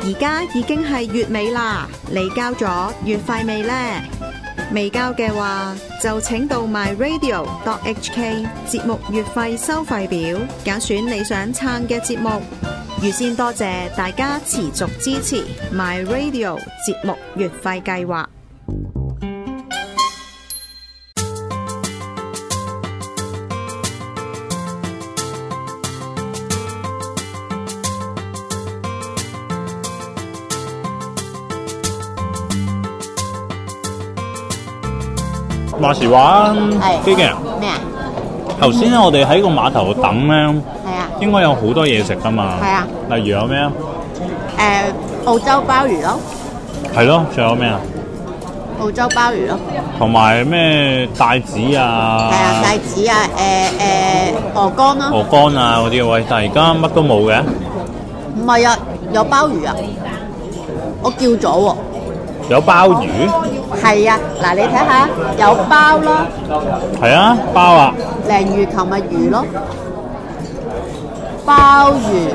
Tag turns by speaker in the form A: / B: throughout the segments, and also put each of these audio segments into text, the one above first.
A: 而家已經係月尾啦，你交咗月費未呢？未交嘅話，就請到 myradio.hk 節目月費收費表，揀選你想撐嘅節目。預先多謝大家持續支持 myradio 節目月費計劃。
B: 話時話
C: 係
B: 機器人，
C: 咩啊？
B: 頭先我哋喺個碼頭等咧，
C: 係啊，
B: 應該有好多嘢食噶嘛。
C: 係啊。
B: 例如有咩啊？
C: 誒、澳洲鮑魚咯，
B: 係咯，仲有咩啊？
C: 澳洲鮑魚咯，
B: 同埋咩帶子啊？
C: 係啊，帶子啊，誒、誒鵝肝咯，
B: 鵝肝啊嗰啲，喂！但係而家乜都冇嘅，
C: 唔係啊，有鮑魚啊，我叫咗喎、
B: 有鮑魚，
C: 係啊，嗱你睇下，有鮑啦，
B: 係啊，鮑啊，
C: 鯪魚、琴日魚咯，鮑魚，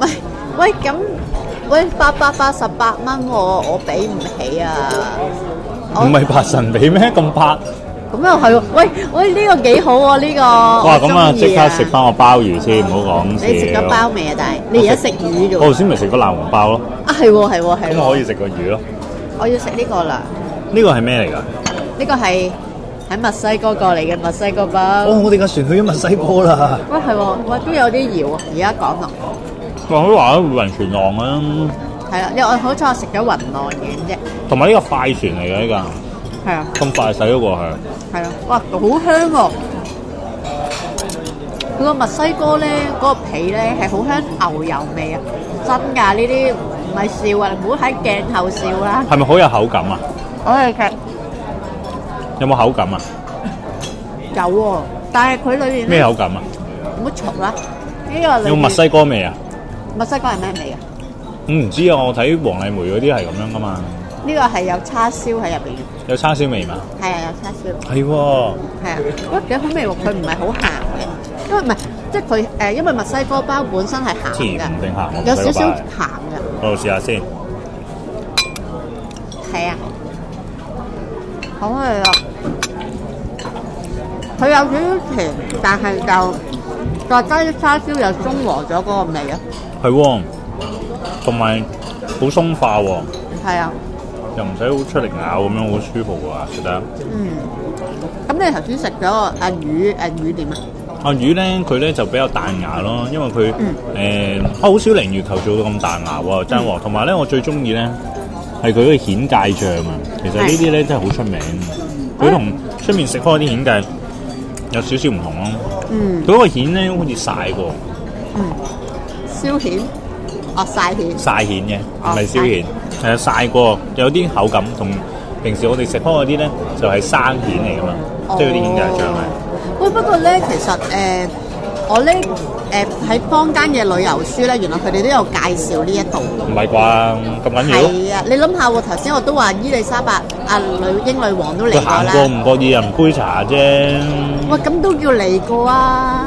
C: 喂喂咁，喂八百八十八蚊喎，我俾唔起啊，我
B: 唔係白神俾咩咁拍？
C: 咁又係喎，喂喂，呢、個幾好喎、呢、個
B: 哇！
C: 哇
B: 咁啊，即刻食翻個鮑魚先，唔好講笑。
C: 你食咗包未啊？但係你而家食魚啫
B: 我頭
C: 喎，
B: 先咪食咗南紅包咯，
C: 啊係喎係喎係
B: 咁
C: 喎，
B: 我可以食個魚咯。
C: 我要食呢個啦，
B: 呢個係咩嚟㗎？
C: 呢、個係喺墨西哥過嚟嘅墨西哥包，
B: 哦，我哋架船去咗墨西哥啦。
C: 喂係喎，喂都有啲搖啊，而家講落，
B: 話佢話雲船浪啊，
C: 係啦，你我好彩我食咗雲浪丸啫，
B: 同埋呢個快船嚟嘅呢
C: 係啊
B: 架，咁快駛咗過去。
C: 係啊，哇好香喎、佢個墨西哥咧，嗰、個皮咧係好香牛油味啊！真㗎，呢啲唔係笑啊，唔好喺鏡頭笑啦。
B: 係咪好有口感啊？
C: 我係劇
B: 有冇口感啊？
C: 有喎，但係佢裏邊
B: 咩
C: 咧
B: 口感啊？
C: 唔好嘈啦。呢個裏
B: 有
C: 面
B: 墨西哥味啊？
C: 墨西哥係咩味嘅？啊
B: 我唔知啊，我睇黃麗梅嗰啲係咁樣噶嘛，
C: 呢個係有叉燒喺入邊嘅，
B: 有叉燒味嘛？
C: 係啊有叉燒，
B: 係喎，
C: 係啊，喂幾好味喎！佢唔係好鹹嘅，因為唔係即係佢誒，因為墨西哥包本身係鹹
B: 甜
C: 嘅，
B: 定鹹？啊
C: 有少少鹹
B: 我唔使個包我
C: 嘅，
B: 試下先。
C: 係啊，好味啊！佢有少少甜，但係就再加啲叉燒又中和咗嗰個味啊，
B: 係喎，同埋好鬆化喎，
C: 係啊。
B: 又唔使好出力咬咁樣，好舒服啊！覺得
C: 嗯，咁你頭先食咗個啊魚啊魚點啊？
B: 啊魚咧，佢咧就比較彈牙咯，因為佢
C: 嗯
B: 誒啊好少鯪魚球做到咁彈牙喎，真喎。同埋咧，我最中意咧係佢嗰個顯介醬啊，其實呢啲咧真係好出名，佢同出面食開啲顯介有少少唔同咯。
C: 嗯
B: 佢嗰個蜆咧好似曬過
C: 嗯，燒蜆，哦曬蜆，
B: 曬蜆嘅，唔
C: 哦
B: 係燒蜆，係啊曬過，有啲口感同平時我哋食開嗰啲咧就係生蜆嚟噶嘛，即係嗰啲蜆就係醬啊嚟。
C: 哦喂，不過咧，其實誒、呃我咧誒喺坊間嘅旅遊書咧，原來佢哋都有介紹呢一度。
B: 唔係啩？咁緊要？
C: 係啊，你諗下喎，頭先我都話伊麗莎白啊女英女王都嚟
B: 佢
C: 過
B: 行
C: 啦。
B: 過唔覺意人杯茶啫。
C: 喂，咁都叫嚟過啊！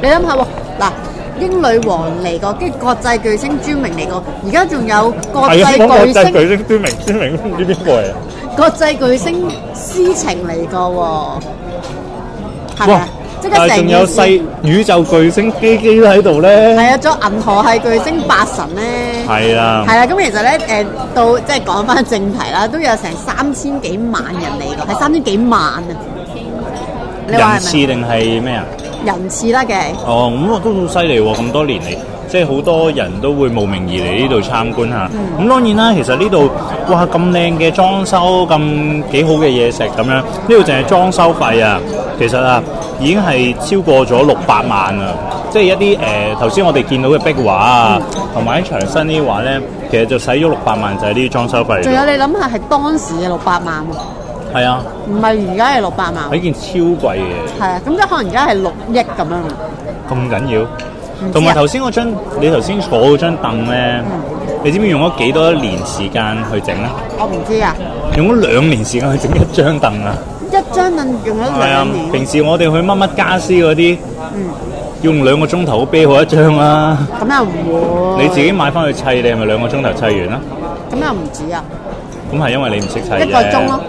C: 你諗下喎，嗱，英女王嚟過，跟住國際巨星朱明嚟過，而家仲有國
B: 係啊，講
C: 際巨
B: 國際
C: 星。
B: 巨星端明，端明唔知邊個嚟啊？
C: 國際巨星私情嚟過喎，係咪啊？即
B: 但
C: 係
B: 係
C: 成
B: 仲有
C: 件
B: 細
C: 事
B: 宇宙巨星璣璣都喺度咧。
C: 係啊！咗銀河系巨星八神咧，
B: 係啊，
C: 係啦。咁其實咧，誒到即係講翻正題啦，都有成三千幾萬人嚟過，係三千幾萬啊！你話
B: 人
C: 係
B: 次
C: 咪？
B: 定係咩啊？
C: 人次啦嘅，
B: 哦，咁我都好犀利喎！咁多年嚟，即係好多人都會慕名而嚟呢度參觀下。咁、當然啦，其實呢度哇咁靚嘅裝修，咁幾好嘅嘢食咁樣，呢度淨係裝修費啊，其實啊已經係超過咗六百萬啊！即係一啲誒頭先我哋見到嘅壁畫啊，同埋喺牆身呢啲畫咧，其實就使咗六百萬就係呢啲裝修費
C: 仲
B: 嚟。
C: 有你諗下係當時嘅六百萬喎，
B: 係啊，
C: 唔係而家嘅六百萬喎，
B: 係件超貴嘅嘢，
C: 係啊。咁即係可能而家係六億咁樣喎
B: 咁緊要。
C: 唔知啊
B: 同埋頭先嗰張，你頭先坐嗰張凳咧，你知唔知用咗幾多年時間去整咧？
C: 我唔知啊，
B: 用咗兩年時間去整一張凳啊！
C: 一一張凳用咗
B: 係啊
C: 兩，年，
B: 平時我哋去乜乜家私嗰啲，
C: 嗯，
B: 用兩個鐘頭都啤好一張啦。
C: 咁又唔會，
B: 你自己買翻去砌，你係咪兩個鐘頭砌完啦？
C: 咁又唔止啊，
B: 咁係因為你唔識砌啫
C: 一個鐘咯。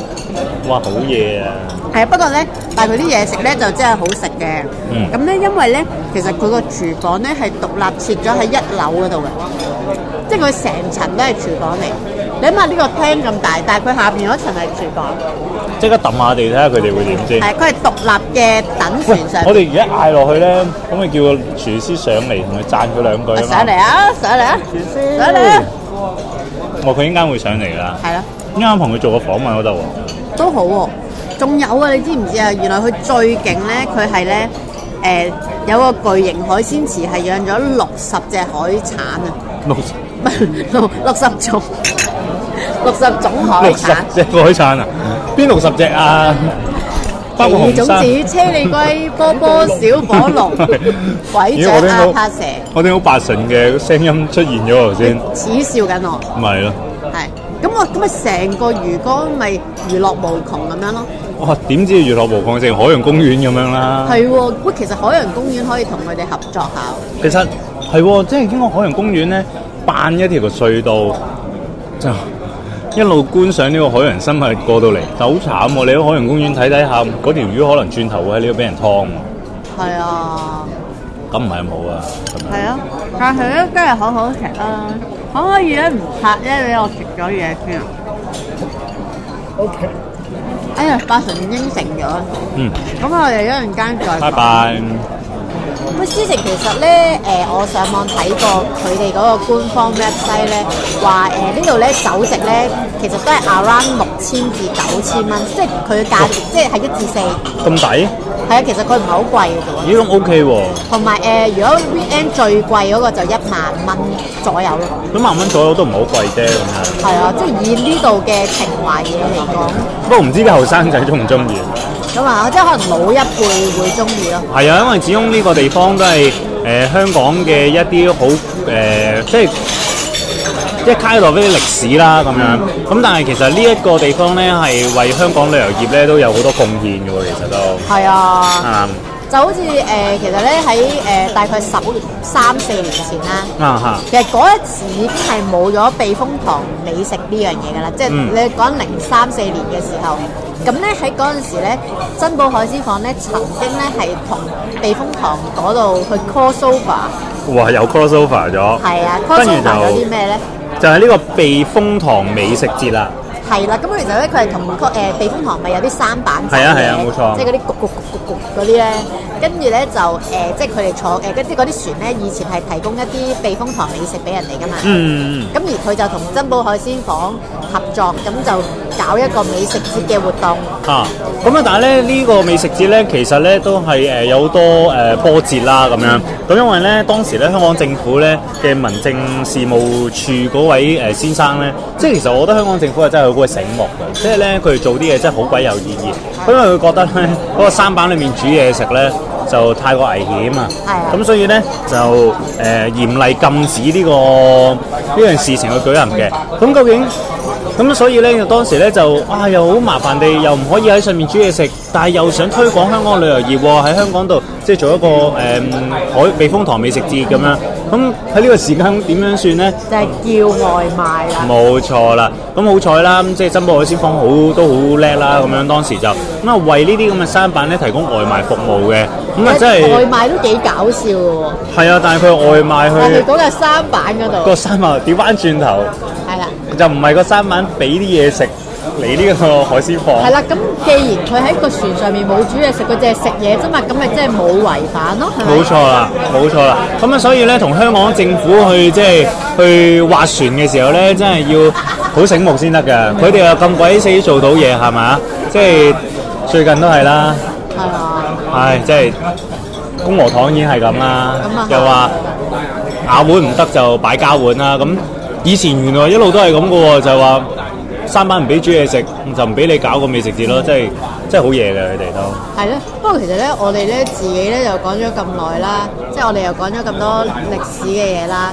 B: 哇，好嘢啊！
C: 係啊，不過咧，但係佢啲嘢食咧就真係好食嘅。
B: 嗯
C: 咁咧、因為咧，其實佢個廚房咧係獨立設咗喺一樓嗰度嘅，即係佢成層都係廚房嚟。你諗下呢個廳咁大，但係佢下邊嗰層係廚房，
B: 即刻揼下地睇下佢哋會點先。
C: 係佢係獨立嘅等
B: 喂
C: 船上，
B: 我哋而家嗌落去咧，咁咪叫個廚師上嚟同佢讚佢兩句啊嘛。
C: 上嚟！啊，上嚟啊，上嚟啊，
B: 我佢應該會上嚟㗎啦。
C: 係啦。
B: 啱啱同佢做個訪問嗰度喎。
C: 都好喎、仲有啊，你知唔知啊？原來佢最勁呢，佢係呢，誒、有個巨型海鮮池係養咗六十隻海產啊，
B: 六
C: 唔係 六六十種，六十種海
B: 六十
C: 產。
B: 隻海產啊？邊六十隻啊？包括紅
C: 種
B: 山。、
C: 子、車厘龜、波波、小火龍 鬼
B: 咦我聽
C: 掌、
B: 到
C: 阿帕蛇，
B: 我聽到八神嘅聲音出現咗頭先，
C: 恥笑緊我，
B: 咪係咯。
C: 係咁我咁咪成個魚缸咪娛樂無窮咁樣咯。
B: 哇！點知娛樂無窮成海洋公園咁樣啦。
C: 係喎、喂，其實海洋公園可以同佢哋合作下喎。
B: 其實係喎，即係經過海洋公園咧，扮一條隧道就一路觀賞呢個海洋生物過到嚟，就好慘喎！你喺海洋公園睇睇下，嗰條魚可能轉頭會喺呢度俾人劏喎，
C: 係啊。
B: 咁唔係咁好啊，咁樣。
C: 係啊，但係咧真係好好食啊！可唔可以咧唔拍咧俾我食咗嘢先啊？OK。哎呀，八神應承咗，咁啊
B: 嗯，
C: 我哋一陣間再講
B: 拜。拜。
C: 喂，思啊成其實咧，誒、我上網睇過佢哋嗰個官方 website 咧，話誒、呢度咧酒席咧，其實都係 around 六千至九千蚊，即係佢嘅價， 即係係一至四。
B: 咁抵？
C: 係啊，其實佢唔係好貴嘅啫喎。
B: 咦，咁 OK 喎，
C: 同埋誒，如果 weekend 最貴嗰個就一萬蚊左右咯。
B: 咁萬蚊左右都唔係好貴啫咁樣。
C: 係啊，即係以呢度嘅情懷嘢嚟講，
B: 不過唔知啲後生仔中唔中意？
C: 咁啊，即係可能老一輩會中意咯。
B: 係啊，因為始終呢個地方都係誒、呃香港嘅一啲好誒，即係一卡落啲歷史啦咁樣。咁但係其實呢一個地方咧，係為香港旅遊業咧都有好多貢獻嘅喎，其實都
C: 係啊，
B: 啊
C: 就好似誒、呃其實咧喺誒呃大概十三四年前啦。
B: 啊嚇。
C: 其實嗰一次已經係冇咗避風塘美食呢樣嘢㗎啦，即係
B: 嗯
C: 你講零三四年嘅時候，咁咧喺嗰陣時咧，珍寶海鮮舫咧曾經咧係同避風塘嗰度去 crossover，
B: 哇！又 crossover 咗，
C: 係啊
B: 跟住
C: ，crossover 有啲咩咧？
B: 就就係呢個避風塘美食節啦。
C: 係啦，咁其實咧佢係同誒避風塘咪有啲舢板仔嘅
B: 係啊係啊冇錯
C: 即係嗰啲焗焗焗焗焗嗰啲咧，跟住咧就誒、即係佢哋坐誒，跟住嗰啲船咧以前係提供一啲避風塘美食俾人哋噶嘛。
B: 嗯，
C: 咁而佢就同珍寶海鮮舫合作，咁就搞一個美食節嘅活動。
B: 啊，咁啊，但係咧呢、個美食節咧，其實咧都係誒、呃有好多誒、呃波折啦咁樣。咁因為咧當時咧香港政府咧嘅民政事務處嗰位誒、呃先生咧，即係其實我覺得香港政府係真係好鬼醒目嘅，即係咧佢哋做啲嘢真係好鬼有意義，因為佢覺得咧嗰、個三板裏面煮嘢食咧就太過危險啊
C: 係啊，
B: 咁所以咧就誒、呃、嚴厲禁止呢、個呢樣事情去舉行嘅。咁究竟咁所以咧，當時咧就啊又好麻煩地，又唔可以喺上面煮嘢食，但係又想推廣香港旅遊業喎，喺香港度即係做一個誒、嗯海避風塘美食節咁樣。咁喺呢個時間點樣算咧？
C: 就係叫外賣啦，
B: 冇錯啦，咁好彩啦，咁即係珍寶海鮮舫好都好叻啦，咁樣當時就咁啊為呢啲咁嘅舢板咧提供外賣服務嘅，咁啊真
C: 外
B: 係
C: 賣都幾搞笑嘅喎，
B: 係啊，但係佢外賣
C: 但係
B: 去
C: 嗰個三板嗰
B: 個
C: 度，
B: 山啊調翻轉頭
C: 係啦。
B: 就唔係個舢板俾啲嘢食嚟呢個海鮮
C: 係
B: 舫。
C: 啦，咁既然佢喺個船上面冇煮嘢食，佢淨係食嘢啫嘛，咁咪即係冇違反咯，係咪？
B: 冇錯啦，冇錯啦。咁啊，所以咧，同香港政府去即係去划船嘅時候咧，真係要好醒目先得㗎。佢哋又咁鬼死做到嘢，係咪啊？即係最近都係啦，
C: 係啊，
B: 唉，即係公和堂已經係咁啦
C: 咁啊，
B: 又話瓦碗唔得就擺膠碗啦。咁以前原來一路都係咁嘅喎，就係話三班唔俾煮嘢食，就唔俾你搞個美食節咯，即係真係好嘢嘅佢哋都。
C: 係咧，不過其實咧，我哋咧自己咧就講咗咁耐啦，即係我哋又講咗咁多歷史嘅嘢啦。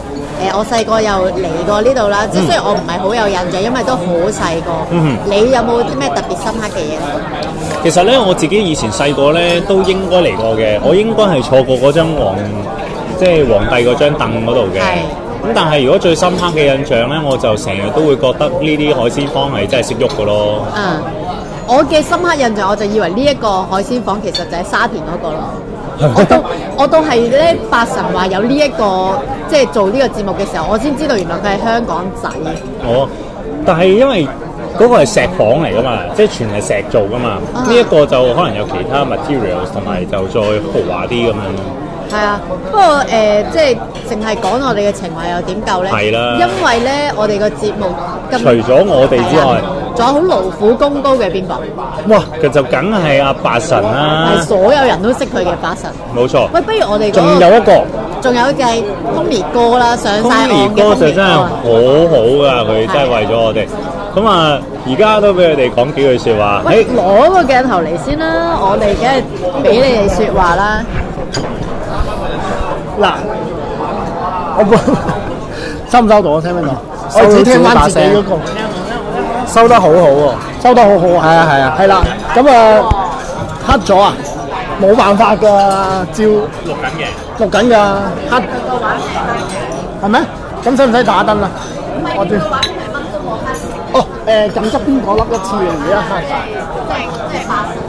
C: 誒、我細個又嚟過呢度啦，即係雖然我唔係好有印象，因為都好細個。
B: 嗯哼
C: 你有冇啲咩特別深刻嘅嘢咧？
B: 其實咧，我自己以前細個咧都應該嚟過嘅，我應該係坐過嗰張皇，即係皇帝嗰張凳嗰度嘅。
C: 係
B: 咁但係如果最深刻嘅印象咧，我就成日都會覺得呢啲海鮮坊係真係識喐嘅咯。
C: 嗯，我嘅深刻印象我就以為呢一個海鮮房其實就係沙田嗰個咯。我到我到係咧八神話有呢、一個即係做呢個節目嘅時候，我先知道原來佢係香港仔。
B: 我，但係因為嗰個係石房嚟噶嘛，即係全係石做噶嘛。
C: 啊
B: 呢一、個就可能有其他 materials 同埋就再豪華啲咁樣咯。
C: 係啊，不過誒、呃即係淨係講我哋嘅情懷又點夠咧？
B: 係啦
C: 因為咧我哋個節目咁
B: 除咗我哋之外
C: 係啊仲有好勞苦功高嘅邊個？
B: 哇！佢就梗係阿八神啦
C: 係、，所有人都識佢嘅八神。
B: 冇錯。
C: 喂，不如我哋嗰
B: 仲
C: 個
B: 有一個。
C: 仲有就係 Tommy 哥啦，上晒岸
B: Tony
C: 嘅
B: 哥就
C: Tommy
B: 真係好
C: 哥
B: 好
C: 啊。
B: 噶，佢真係為咗我哋。咁啊，而家都俾佢哋講幾句説話。
C: 喂，
B: 誒，
C: 攞個鏡頭嚟先啦，我哋梗係俾你哋説話啦。
D: 嗱，我唔收唔收到啊？聽唔聽到？我
E: 只聽返自己嗰
D: 個，
E: 收得好好喎，
D: 收得好好啊！
E: 係啊係啊
D: 係啦，咁啊黑咗啊，冇辦法㗎，照
B: 錄緊嘅。
D: 錄緊㗎，黑係咩？咁使唔使打燈啊？我哋哦誒，撳側邊嗰粒一次嘅，而家黑曬，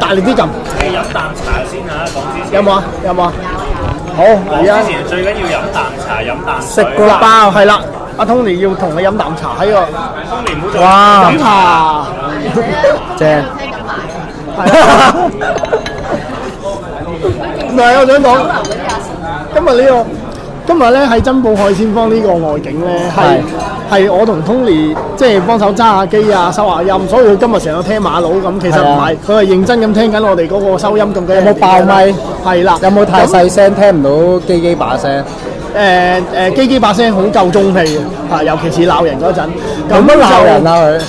D: 大力啲撳，
B: 你飲啖茶先嚇，講之
D: 有冇啊？有冇啊？好，而家。
B: 前最緊要飲啖茶，飲啖
D: 食個包係啦，阿 Tony 要同你飲啖茶喺個
B: 你唔好
E: 哇
D: 飲茶，
E: 正。
D: 係啊，唔係我想講，今日呢、個今日咧喺珍寶海鮮坊呢個外景咧係。係我同 Tony 即係幫手揸下機啊、收下音，所以佢今日成日都聽馬佬咁。其實唔係，佢係認真咁聽緊我哋嗰個收音咁嘅。
E: 啊有冇爆咪？
D: 係啦。
E: 有冇太
D: 咁
E: 細聲聽唔到機機把聲？
D: 誒誒機機把聲好夠中氣嘅，啊，尤其是鬧人嗰陣，
E: 有冇鬧人啊啦佢？
D: 就？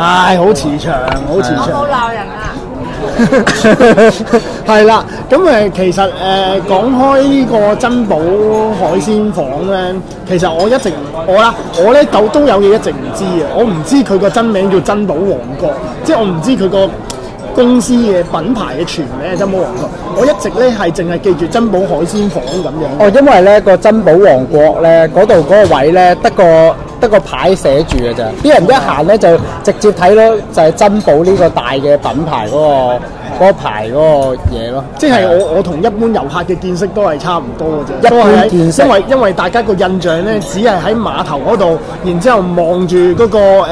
D: 唉，好慈祥，好慈祥，
C: 鬧人啊！
D: 係啦。咁誒，其實誒講開呢個珍寶海鮮房咧，其實我一直我啦，我咧都都有嘢一直唔知嘅，我唔知佢個真名叫珍寶王國，即係我唔知佢個。公司嘅品牌嘅全名係珍寶王國，我一直咧係淨係記住珍寶海鮮房咁樣。
E: 哦，因為咧個珍寶王國咧嗰度嗰個位咧得個得個牌寫住嘅咋，啲人一行咧就直接睇到就係珍寶呢個大嘅品牌嗰、個嗰、個牌嗰個嘢咯。
D: 即係我我同一般遊客嘅見識都係差唔多嘅啫，
E: 啊一般
D: 都係喺
E: 見識
D: 因為因為大家個印象咧，只係喺碼頭嗰度，然之後望住嗰個誒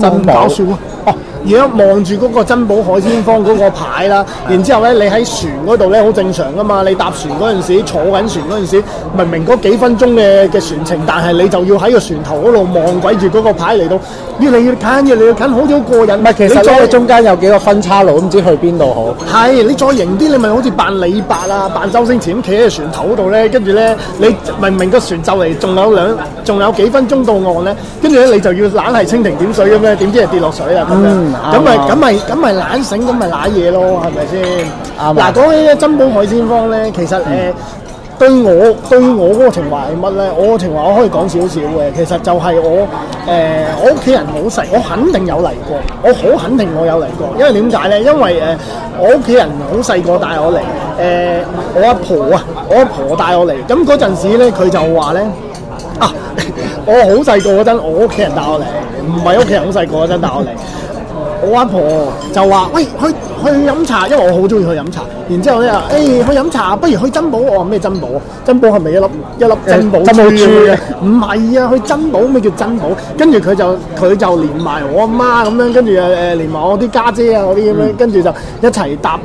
E: 珍寶
D: 搞笑啊！哦，而家望住嗰個珍寶海鮮坊嗰個牌啦，然之後咧，你喺船嗰度咧好正常噶嘛，你搭船嗰陣時，坐緊船嗰陣時，明明嗰幾分鐘嘅嘅船程，但係你就要喺個船頭嗰度望鬼住嗰個牌嚟到，越嚟越近，越嚟越近，好似好過癮。
E: 唔係，其實
D: 你再
E: 咧中間有幾個分叉路，唔知去邊度好。
D: 係，你再型啲，你咪好似扮李白啊，扮周星馳咁企喺個船頭度咧，跟住咧，你明明個船就嚟，仲有兩，仲有幾分鐘到岸咧，跟住咧你就要懶係蜻蜓點水咁咧，點知係跌落水啊咁樣
E: 嗯，啱
D: 咁咪
E: 啊
D: 咁咪咁咪懶醒，咁咪揦嘢咯，係咪先？
E: 啱啊嗯
D: 嗱，講起珍寶海鮮坊咧，其實誒。對我對我嗰個情懷係乜咧？我個情懷我可以講少少嘅，其實就係我誒、我屋企人好細，我肯定有嚟過，我好肯定我有嚟過，因為點解咧？因為誒、我屋企人好細個帶我嚟，誒、我阿婆啊，我阿婆帶我嚟，咁嗰陣時咧佢就話咧啊， 我好細個嗰陣，我屋企人帶我嚟，唔係屋企人好細個嗰陣帶我嚟。我阿婆就話：喂，去去飲茶，因為我好中意去飲茶。然之後咧，誒、哎去飲茶，不如去珍寶。我話咩珍寶啊？珍寶係咪一粒一粒珍寶珠
E: 珍寶珠
D: 啊？唔係啊，去珍寶咩叫珍寶？跟住佢就佢就連埋我阿媽咁樣，跟住誒誒連埋我啲家姐啊嗰啲咁樣，跟住就一齊搭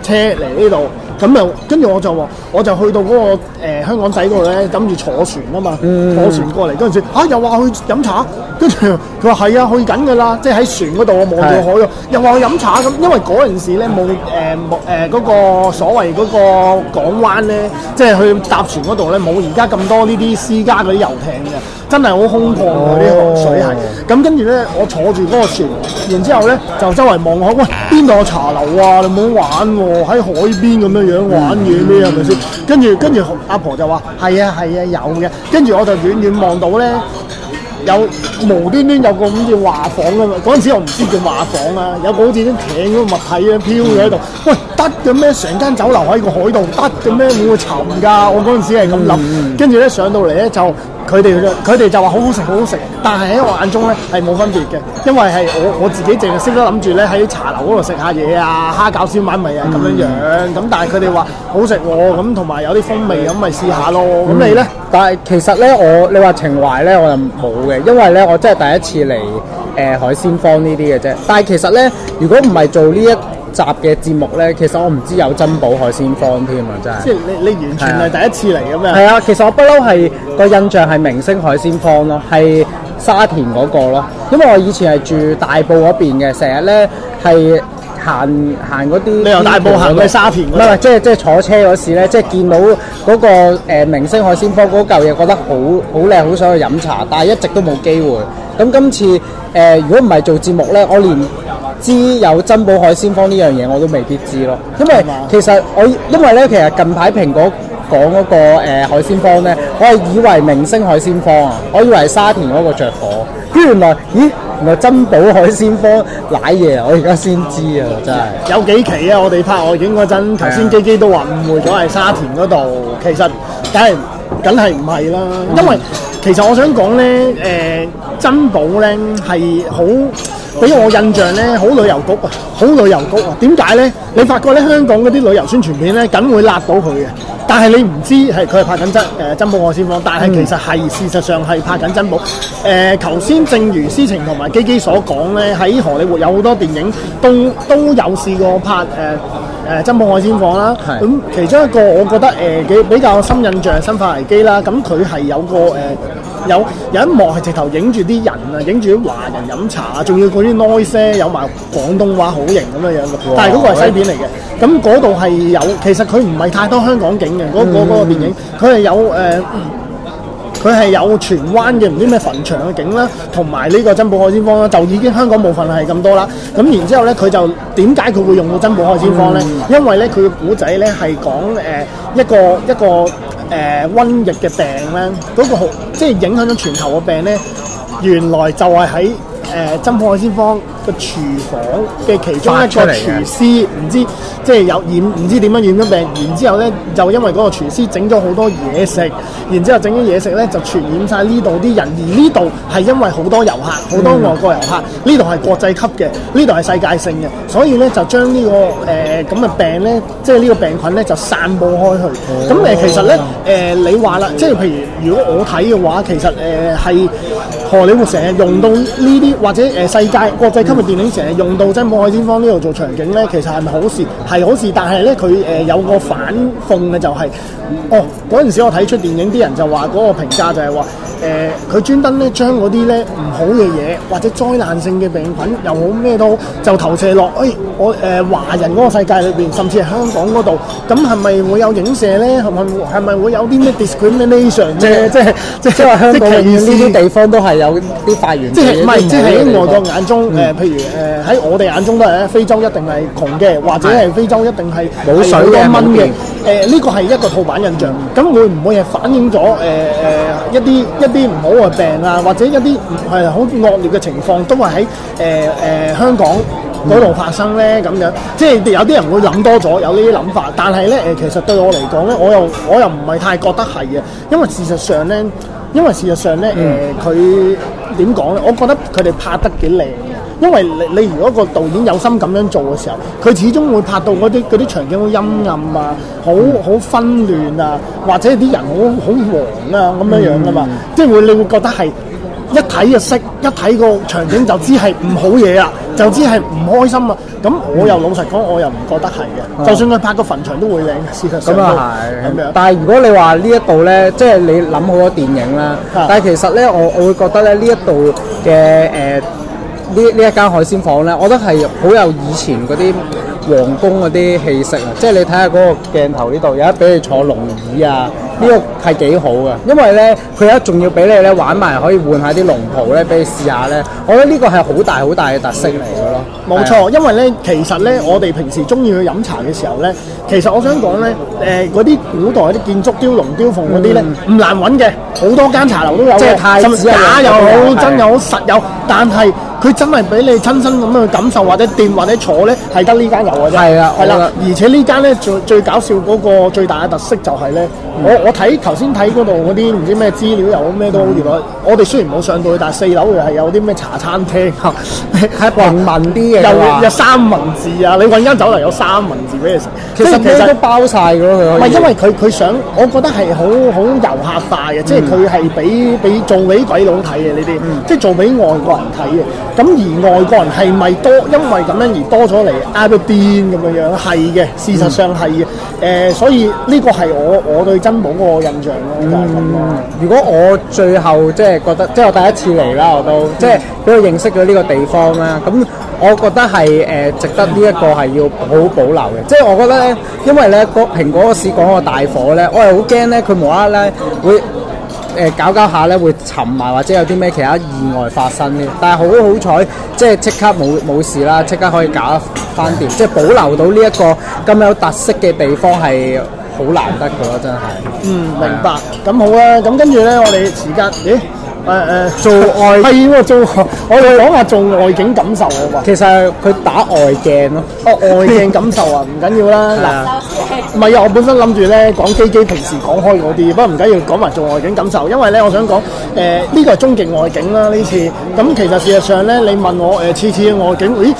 D: 車嚟呢度。咁又跟住我就話，我就去到嗰、個、呃、香港仔嗰度咧，諗住坐船啊嘛，坐船過嚟嗰陣時，啊又話去飲茶，跟住佢話係啊，去緊㗎啦，即係喺船嗰度我望
E: 係
D: 住海喎，又話去飲茶咁，因為嗰陣時咧冇誒冇誒嗰個所謂嗰個港灣咧，即係去搭船嗰度咧冇而家咁多呢啲私家嗰啲遊艇嘅，真係好空曠嗰啲河水係。咁跟住咧，我坐住嗰個船，然之後咧就周圍望下，喂邊度有茶樓啊？你唔好玩喎、喺海邊咁樣樣玩嘢咩？係咪先？跟住跟住阿婆就話：係啊係啊有嘅。跟住我就遠遠望到咧。有無端端有個咁似畫舫㗎嘛，嗰陣時我唔知叫畫舫啊，有個好似啲艇嗰個物體咧飄咗喺度，
E: 嗯
D: 喂得嘅咩？成間酒樓喺個海度得嘅咩？會唔會沉㗎？我嗰陣時係咁
E: 嗯
D: 諗，跟住咧上到嚟咧就佢哋就佢哋就話好好食好好食，但係喺我眼中咧係冇分別嘅，因為係我我自己淨係識得諗住咧喺茶樓嗰度食下嘢啊，蝦餃燒賣咪啊咁樣樣，
E: 嗯
D: 咁但係佢哋話好食喎，咁同埋有啲風味咁咪試下咯，
E: 嗯
D: 咁你咧？
E: 但係其實咧，我你話情懷咧，我就冇嘅，因為咧我真係第一次嚟誒、呃海鮮坊呢啲嘅啫。但係其實咧，如果唔係做呢一集嘅節目咧，其實我唔知有珍寶海鮮坊添啊，真係
D: 即。係你你完全係第一次嚟咁樣。
E: 係啊，其實我不嬲係個印象係明星海鮮坊咯，係沙田嗰個咯，因為我以前係住大埔嗰邊嘅，成日咧係行行嗰啲。
D: 你由大埔行去沙田嗰度
E: 唔係唔係，即係即係坐車嗰時咧，即係見到嗰、個、呃、明星海鮮坊嗰嚿嘢，覺得好好靚，好想去飲茶，但係一直都冇機會。咁今次誒、呃如果唔係做節目咧，我連知有珍寶海鮮坊呢樣嘢我都未必知咯，因為
D: 係嘛
E: 其實我因為咧，其實近排蘋果講嗰、個、呃、海鮮坊咧，我係以為明星海鮮坊啊，我以為係沙田嗰個着火，跟住原來咦原來珍寶海鮮坊賴嘢啊！我而家先知啊，真係。
D: 有幾期啊？我哋拍外景嗰陣，頭先基基都話誤會咗係沙田嗰度，其實梗係梗係唔係啦，因為其實我想講咧，誒、珍寶咧係好。俾我印象咧，好旅遊局啊，好旅遊局啊，點解咧？你發覺咧，香港嗰啲旅遊宣傳片咧，梗會辣到佢嘅，但係你唔知係佢係拍緊珍誒珍寶海鮮坊，但係其實係事實上係拍緊珍寶。誒頭先正如思晴同埋基基所講咧，喺荷里活有好多電影都都有試過拍誒。誒珍寶海鮮坊啦，
E: 係
D: 咁其中一個我覺得誒幾、比較深印象係《生化危機》啦，咁佢係有個誒、有有一幕係直頭影住啲人啊，影住啲華人飲茶啊，仲要嗰啲 noise 呢有埋廣東話好型咁樣樣嘅，但係嗰個係西片嚟嘅，咁嗰度係有其實佢唔係太多香港景嘅，嗰、嗰嗰個電影佢係有誒。佢係有荃灣嘅唔知咩墳場嘅景啦，同埋呢個珍寶海鮮坊啦，就已經香港部分係咁多啦。咁然之後咧，佢就點解佢會用到珍寶海鮮坊咧？
E: 嗯
D: 因為咧佢嘅古仔咧係講誒一個一個誒、呃瘟疫嘅病咧，嗰、個好即係影響咗全球嘅病咧，原來就係喺誒珍寶海鮮坊個廚房嘅其中一個
E: 發出嚟嘅
D: 廚師唔知即係有染唔知點樣染咗病，然之後咧就因為嗰個廚師整咗好多嘢食，然之後整咗嘢食咧就傳染晒呢度啲人，而呢度係因為好多遊客，好多外國遊客，呢度係國際級嘅，呢度係世界性嘅，所以咧就將呢、個呃誒咁嘅病咧，即係呢個病菌咧就散佈開去。咁誒、呃其實咧誒、你話啦，即係譬如如果我睇嘅話，其實誒呃係、荷里活成日用到呢啲或者誒、世界國際級嘅電影成日用到珍寶海鮮坊呢度做場景咧，其實係咪好事？係好事，但係咧佢誒有個反諷嘅就係、哦嗰陣時我睇出電影啲人就話嗰個評價就係話誒佢專登咧將嗰啲咧唔好嘅嘢或者災難性嘅病菌又好咩都好就投射落誒、哎我誒、華人嗰個世界裏邊，甚至係香港嗰度，咁係咪會有影射咧？係咪係咪會有啲咩 discrimination 咧？即係即係
E: 即係香港永遠
D: 歧視
E: 呢啲地方都係有啲發源地嗯
D: 即係唔係？即係喺外國
E: 嘅
D: 眼中，誒、譬如誒喺、我哋眼中都係咧，非洲一定係窮嘅，或者係非洲一定係
E: 冇水嘅
D: 係好多蚊
E: 冇
D: 嘅
E: 電。
D: 誒呢個係一個套版印象，咁會唔會係反映咗誒誒一啲一啲唔好嘅病啊，或者一啲唔係好惡劣嘅情況都係喺誒誒香港嗰度發生咧咁樣？即係有啲人會諗多咗，有呢啲諗法，但係咧誒，其實對我嚟講咧，我又我又唔係太覺得係嘅，因為事實上咧，因為事實上咧誒佢點講咧，我覺得佢哋拍得幾靚嘅。因為你你如果個導演有心咁樣做嘅時候，佢始終會拍到嗰啲嗰啲場景好陰暗啊，好好紛
E: 嗯
D: 亂啊，或者啲人好好黃啊咁樣樣噶嘛，即係會你會覺得係一睇就識，一睇個場景就知係唔好嘢啊，就知係唔開心啊。咁我又老實講，我又唔覺得係嘅。就算佢拍個墳場都會靚嘅，事實上
E: 嗯咁
D: 都
E: 啊
D: 咁
E: 係
D: 樣，。
E: 但係如果你話呢一度呢，即係你諗好多電影啦，
D: 啊
E: 但係其實呢，我我會覺得咧呢一度嘅誒呢呢一間海鮮房呢，我覺得係好有以前嗰啲皇宮嗰啲氣息啊！即係你睇下嗰個鏡頭呢度，有得俾你坐龍椅啊，呢、個係幾好嘅，因為呢，佢有一仲要俾你呢玩埋，可以換下啲龍袍呢，俾你試下呢。我覺得呢個係好大好大嘅特色嚟嘅咯。
D: 冇
E: 係啊，
D: 錯，因為咧，其實咧，我哋平時中意去飲茶嘅時候咧，其實我想講咧，誒嗰啲古代嗰啲建築雕龍雕鳳嗰啲咧，唔、難揾嘅，好多間茶樓都有嘅，
E: 嗯即係太子啊啊
D: 甚至假又
E: 有
D: 好，
E: 嘅
D: 真又好，實有，但係佢真係俾你親身咁樣去感受或者掂或者坐咧，係得呢間有嘅啫。
E: 係啦啊
D: 係
E: 我覺
D: 啦
E: 得，
D: 而且呢間咧最最搞笑嗰個最大嘅特色就係咧，
E: 嗯
D: 我我睇頭先睇嗰度嗰啲唔知咩資料又好咩都好，原來我哋雖然冇上到去，但係四樓又係有啲咩茶餐廳。啊
E: 啊 係平民啲嘅
D: 有
E: 話
D: 有三文治啊！你揾間酒樓有三文治俾你食，
E: 其
D: 即
E: 實
D: 係
E: 咩都包晒嘅咯，佢
D: 唔
E: 可
D: 係
E: 以
D: 因為佢佢想，我覺得係好好遊客化嘅，
E: 嗯
D: 即係佢係俾俾做俾鬼佬睇嘅呢啲，即係做俾外國人睇嘅。咁而外國人係咪多因為咁樣而多咗嚟 Aberdeen 咁樣樣？係嘅，事實上係嘅。誒、
E: 嗯
D: 所以呢個係我我對珍寶嗰個印象咯，就係咁咯。
E: 如果我最後即係覺得，即係我第一次嚟啦，我都即係俾我認識咗呢個地方啦。咁我覺得係誒、呃值得呢一個係要好好保留嘅。即係我覺得咧，因為咧個蘋果市講個大火咧，我係好驚咧佢無啦啦會。誒、搞搞下咧會沉埋，或者有啲咩其他意外發生嘅。但係好好彩，即係即刻冇冇事啦，即刻可以搞翻掂，即係保留到呢一個咁有特色嘅地方係好難得嘅咯，真係。
D: 嗯，明白。咁好啦，咁跟住咧，我哋時間，咦？誒、誒，做
E: 外
D: 係喎，做我哋講下做外景感受啊嘛。
E: 其實佢打外鏡咯。
D: 哦，外鏡感受啊，唔緊要啦。嗱，唔係啊，我本身諗住咧講機機平時講開嗰啲，不過唔緊要，講埋做外景感受，因為咧我想講誒呢個係終極外景啦呢次。咁其實事實上咧，你問我誒、次次嘅外景，咦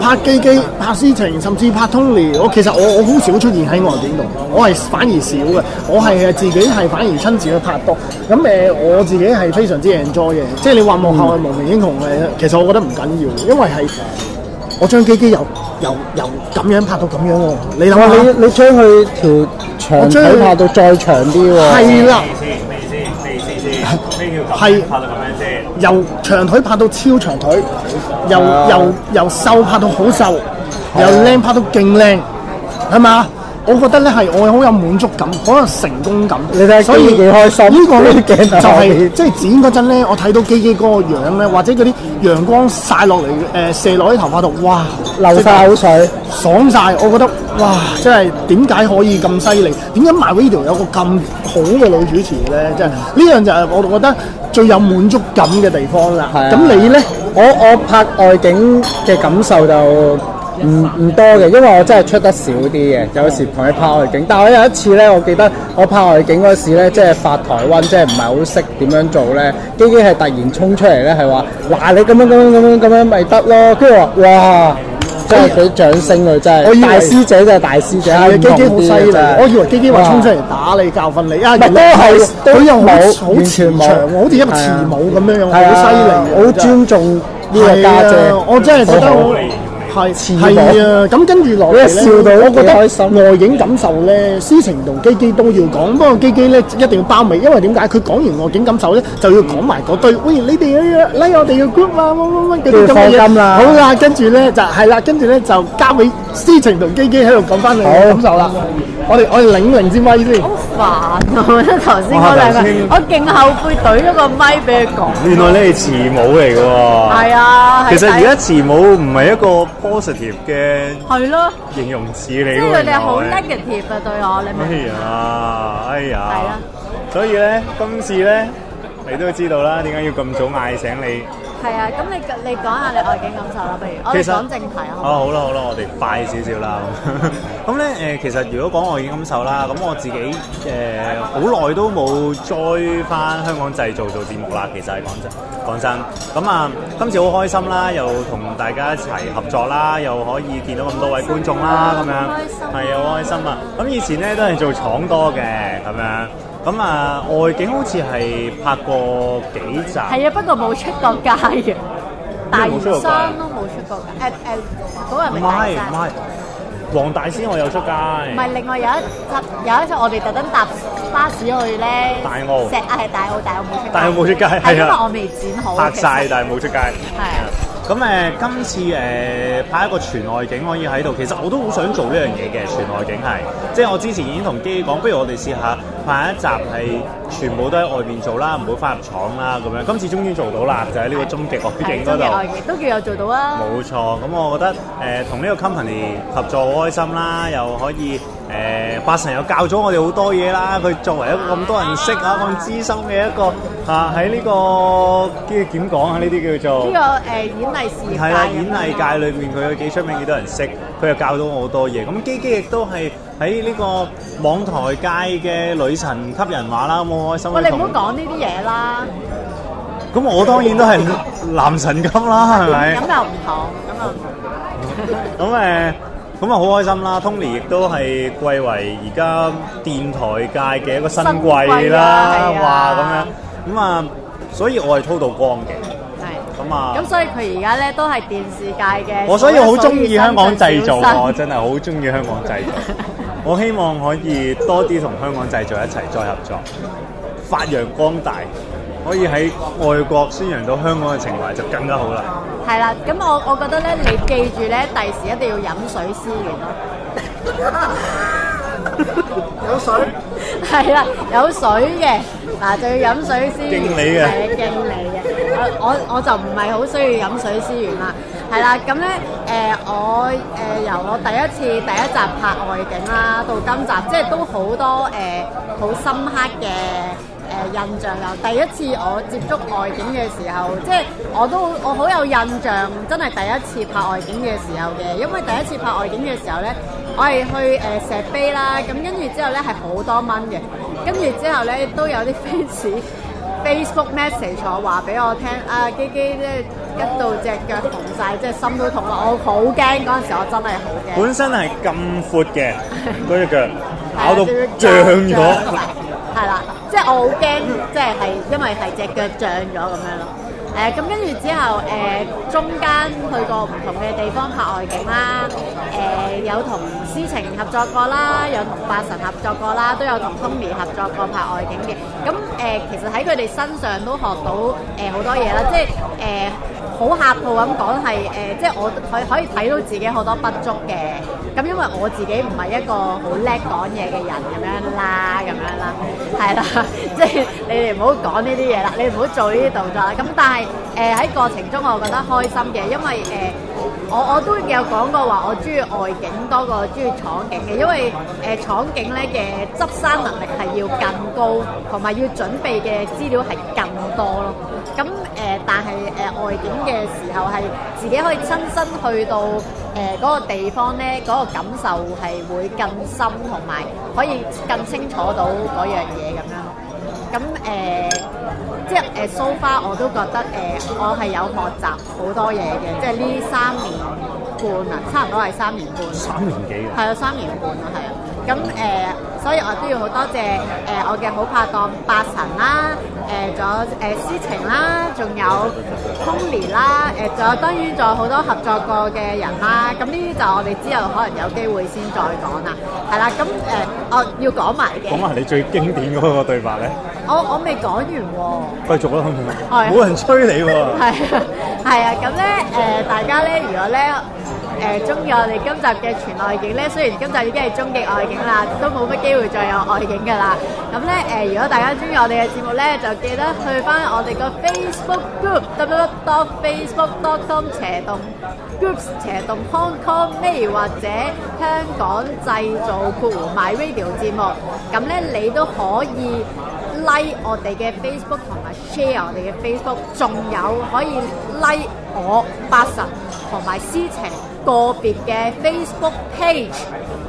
D: 拍機機、拍詩情，甚至拍 Tony，我其實我我好少出現喺外景度，我係反而少嘅，我係誒自己係反而親自去拍多。咁誒、我自己係非常之 enjoy 嘅，即係你話幕後係無名英雄誒，其實我覺得唔緊要，因為係。我張機機由由由咁樣拍到咁樣喎，你諗
E: 哇！
D: 下
E: 你你將佢條長腿拍到再長啲喎，
D: 係啦，
B: 未先，未先先，咩叫
D: 係
B: 拍到咁樣先？
D: 由長腿拍到超長腿，由
E: 啊
D: 由由瘦拍到好瘦，由靚拍到勁靚，係嘛？我覺得咧係我好有滿足感，好有成功感。
E: 你睇下
D: 所
E: 基
D: 以
E: 基幾開心
D: 呢個咧
E: 啲鏡頭
D: 就
E: 後
D: 係
E: 面
D: 即係剪嗰陣咧，我睇到基基嗰個樣咧，或者嗰啲陽光曬落嚟誒射落喺頭髮度，哇！
E: 流晒口水。
D: 爽晒，我覺得哇！真係點解可以咁犀利？點解 MyRadio 有個咁好嘅女主持咧？真係呢樣就係我覺得最有滿足感嘅地方啦。
E: 係啊
D: 咁你咧？
E: 我我拍外景嘅感受就唔唔多嘅，因為我真係出得少啲嘅，有時同你拍外景。但係我有一次咧，我記得我拍外景嗰時咧，即係發台灣，即係唔係好識點樣做咧。基基係突然衝出嚟咧，係話嗱你咁樣咁樣咁樣咁樣咪得咯，跟住我話哇！即係俾掌聲佢真
D: 我以
E: 係，
D: 為
E: 大師姐就係大師姐，
D: 係啊，基基好犀利
E: 真係，
D: 我以為基基話衝出嚟
E: 哇
D: 打你教訓你啊，
E: 係
D: 原來
E: 都係都
D: 佢又好
E: 冇
D: 好慈
E: 完全
D: 祥
E: 冇
D: 喎，好似一個
E: 係
D: 慈
E: 啊
D: 母咁樣樣，
E: 係啊
D: 好犀利啊！
E: 好
D: 真係
E: 尊重呢個
D: 係
E: 家姐
D: 啊，我真係覺得
E: 好好
D: 我係
E: 慈
D: 係啊，咁跟住落嚟咧，
E: 你一笑到
D: 我覺
E: 幾
D: 得
E: 開心
D: 外景感受咧，思晴同基基都要講，不過基基咧一定要包尾，因為點解？佢講完外景感受咧，就要講埋嗰堆，喂，你哋要 like 我哋嘅 group 啊，乜乜乜嗰啲咁嘅
E: 要放
D: 嘢。
E: 金啦
D: 好啦，跟住咧就係啦，跟住咧就交俾思晴同基基喺度講翻你嘅感受啦。我哋我哋領領支咪先。
C: 好煩啊！我覺得頭先嗰兩個
B: 哇頭先，
C: 我勁後悔懟咗個咪俾佢講。
B: 原來你係慈母嚟嘅喎。
C: 係啊，係
B: 其實而家慈母唔係一個 positive 嘅
C: 係咯，
B: 形容詞嚟嘅
C: 即
B: 喎。
C: 係佢哋好
B: 原來
C: negative 啊對我，你明唔
B: 哎
C: 明？
B: 呀，哎
C: 係
B: 呀
C: 啊，
B: 所以咧，今次咧，你都知道啦，點解要咁早嗌醒你？
C: 係啊，咁你你講下你外景感受啦，不如我哋
B: 其實
C: 講正題啊，好唔好
B: 啊，好啦好啦，我哋快少少啦。 咁咧誒，其實如果講外景感受啦，咁我自己誒好耐都冇 join 翻香港製造做節目啦。其實係講真講真，咁啊今次好開心啦，又同大家一齊合作啦，又可以見到咁多位觀眾啦，咁樣
C: 開心啊
B: 係啊好開心啊！咁以前咧都係做廠多嘅咁樣，咁啊，外景好似係拍過幾集，
C: 係啊，不過冇出過街嘅，大
B: 冇
C: 嶼
B: 出過街
C: 山都冇出過街。誒誒，嗰個係
B: 唔
C: 咪大
B: 係
C: 嶼
B: 唔
C: 山？
B: 係，黃大仙我有出街，
C: 唔係，另外有一集有一集我哋特登搭巴士去咧，
B: 大澳
C: 石啊係大澳，大澳冇出街，
B: 大澳冇出街係啊
C: 因為我未剪好，
B: 拍
C: 其
B: 晒
C: 實
B: 但係冇出街。
C: 係啊
B: 咁誒、呃今次誒、呃拍一個全外景可以喺度，其實我都好想做呢樣嘢嘅全外景係，即係我之前已經同基講，不如我哋試下拍一集係全部都喺外面做啦，唔好翻入廠啦咁樣。今次終於做到啦，就喺呢個終極外景嗰
C: 係中嘅
B: 度
C: 外。景都叫有做到啊！
B: 冇錯，咁我覺得誒同呢個 company 合作好開心啦，又可以誒、呃八神又教咗我哋好多嘢啦。佢作為一個咁多人識啊、咁資深嘅一個啊，喺呢、個叫點講啊？呢啲叫
C: 呢
B: 做
C: 個誒演藝事業
B: 係啦，
C: 界
B: 演藝界裏面佢有幾出名，幾多人識，佢又教到我好多嘢。咁基基亦都係喺呢個網台界嘅女神級人話啦，咁好開心。
C: 喂，你唔好講呢啲嘢啦，
B: 咁我當然都係男神級啦，係咪
C: 咁？又唔同，咁又唔
B: 咁誒，咁啊好開心啦！Tony 亦都係貴為而家電台界嘅一個新貴
C: 新貴
B: 啦
C: 啊，
B: 哇咁樣咁啊，所以我係操到光嘅，
C: 係。
B: 咁啊，
C: 咁所以佢而家咧都係電視界嘅，
B: 我所以好中意香港製造啊，我
C: 我
B: 真係好中意香港製造，我希望可以多啲同香港製造一齊再合作，發揚光大，可以喺外國宣揚到香港嘅情懷就更加好啦。
C: 係啦，咁我我覺得咧，你記住咧，第時一定要飲水思源 咯。
D: 有水
C: 係啦，有水嘅嗱就要飲水思源，
B: 經理嘅
C: 係經理嘅。我我我就唔係好需要飲水思源啦。係啦，咁咧誒我誒、由我第一次第一集拍外景啦，到今集即係都好多誒呃好、深刻嘅。誒、印象由第一次我接觸外景嘅時候，即係我都我好有印象，真係第一次拍外景嘅時候嘅，因為第一次拍外景嘅時候咧，我係去誒、石碑啦，咁跟住之後咧係好多蚊嘅，跟住之後咧都有啲 fans Facebook message 我話俾我聽啊，基基咧吉到隻腳紅晒，即係心都痛啦，我好驚嗰陣時，我真係好驚。
B: 本身係咁闊嘅嗰只腳，
C: 係啊
B: 咬到
C: 隻腳
B: 脹
C: 脹
B: 咗。
C: 係啦，即係我好驚，即係係因為係隻腳脹咗咁樣咯。誒、咁跟住之後，誒、中間去過唔同嘅地方拍外景啦，誒、有同思晴合作過啦，有同八神合作過啦，都有同 Tony 合作過拍外景嘅。咁誒、其實喺佢哋身上都學到誒好、多嘢啦，即係誒。 好客套咁講係誒，即係我可以可以睇到自己好多不足嘅。咁因為我自己唔係一個好叻講嘢嘅人咁樣啦，咁樣啦，係啦，即係你哋唔好講呢啲嘢啦，你唔好做呢啲動作啦。咁但係誒喺過程中，我覺得開心嘅，因為誒、我我都有講過話，我中意外景多過中意廠景嘅，因為誒、廠景咧嘅執生能力係要更高，同埋要準備嘅資料係更多咯。咁誒、呃但係誒、外景嘅時候係自己可以親身去到誒嗰、個地方咧，嗰、個感受係會更深，同埋可以更清楚到嗰樣嘢咁樣咯。咁誒、即係誒 so far 我都覺得誒、呃我係有學習好多嘢嘅，即係呢三年半啊，差唔多係三年半。
B: 三年幾嘅，
C: 係啊，三年半啊，係啊。咁誒、呃所以我都要好多謝誒、呃我嘅好拍檔八神啦，誒仲有誒思晴啦，仲有 Tony 啦，誒、仲有當然仲有好多合作過嘅人啦。咁呢啲就我哋之後可能有機會先再講啦。係啦，咁誒、呃我要講埋嘅
B: 講，埋你最經典嗰個對白咧，
C: 我我未講完喎。
B: 繼續啦，
C: 係啊
B: 冇人催你喎。
C: 係啊，係啊，咁咧誒，大家咧如果咧誒中意我哋今集嘅全外景咧，雖然今集已經係終極外景啦，都冇乜機會再有外景噶啦。咁咧誒，如果大家中意我哋嘅節目咧，就記得去翻我哋個 Facebook group www.facebook.com 斜洞 groups 斜洞 Hong Kong May 或者香港製造括弧 My Radio 節目，咁咧你都可以。like 我哋嘅 Facebook 同埋 share 我哋嘅 Facebook，仲有可以 like 我八神同埋思晴個別嘅 Facebook page，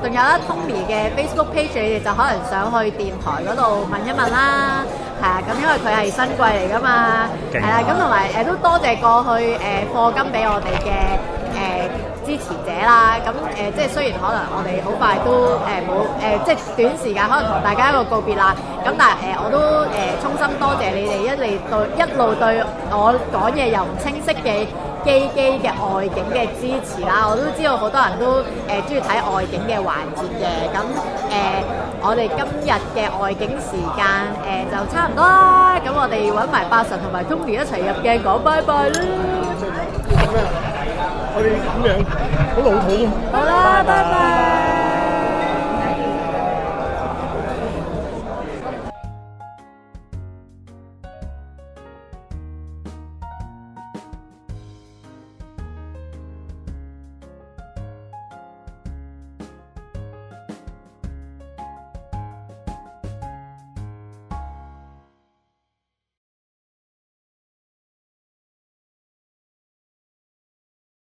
C: 仲有啦 Tony 嘅 Facebook page，你哋就可能上去電台嗰度問一問啦。係啊，咁因為佢係新貴嚟噶嘛，
B: 勁
C: 係啦，咁同埋誒都多謝過去誒課金俾我哋嘅誒。支持者啦。咁誒、呃即係雖然可能我哋好快都誒冇誒，即係短時間可能同大家一個告別啦。咁但係誒、呃我都誒、呃衷心多謝你哋一嚟對一路對我講嘢又唔清晰嘅。機機嘅外景嘅支持啦，我都知道好多人都誒中意睇外景嘅環節嘅，咁誒、呃我哋今日嘅外景時間誒、呃就差唔多啦，咁我哋揾埋八神同埋 Tony 一齊入鏡講拜拜啦，
D: 我哋咁樣好老土啊
C: 好啦，拜拜。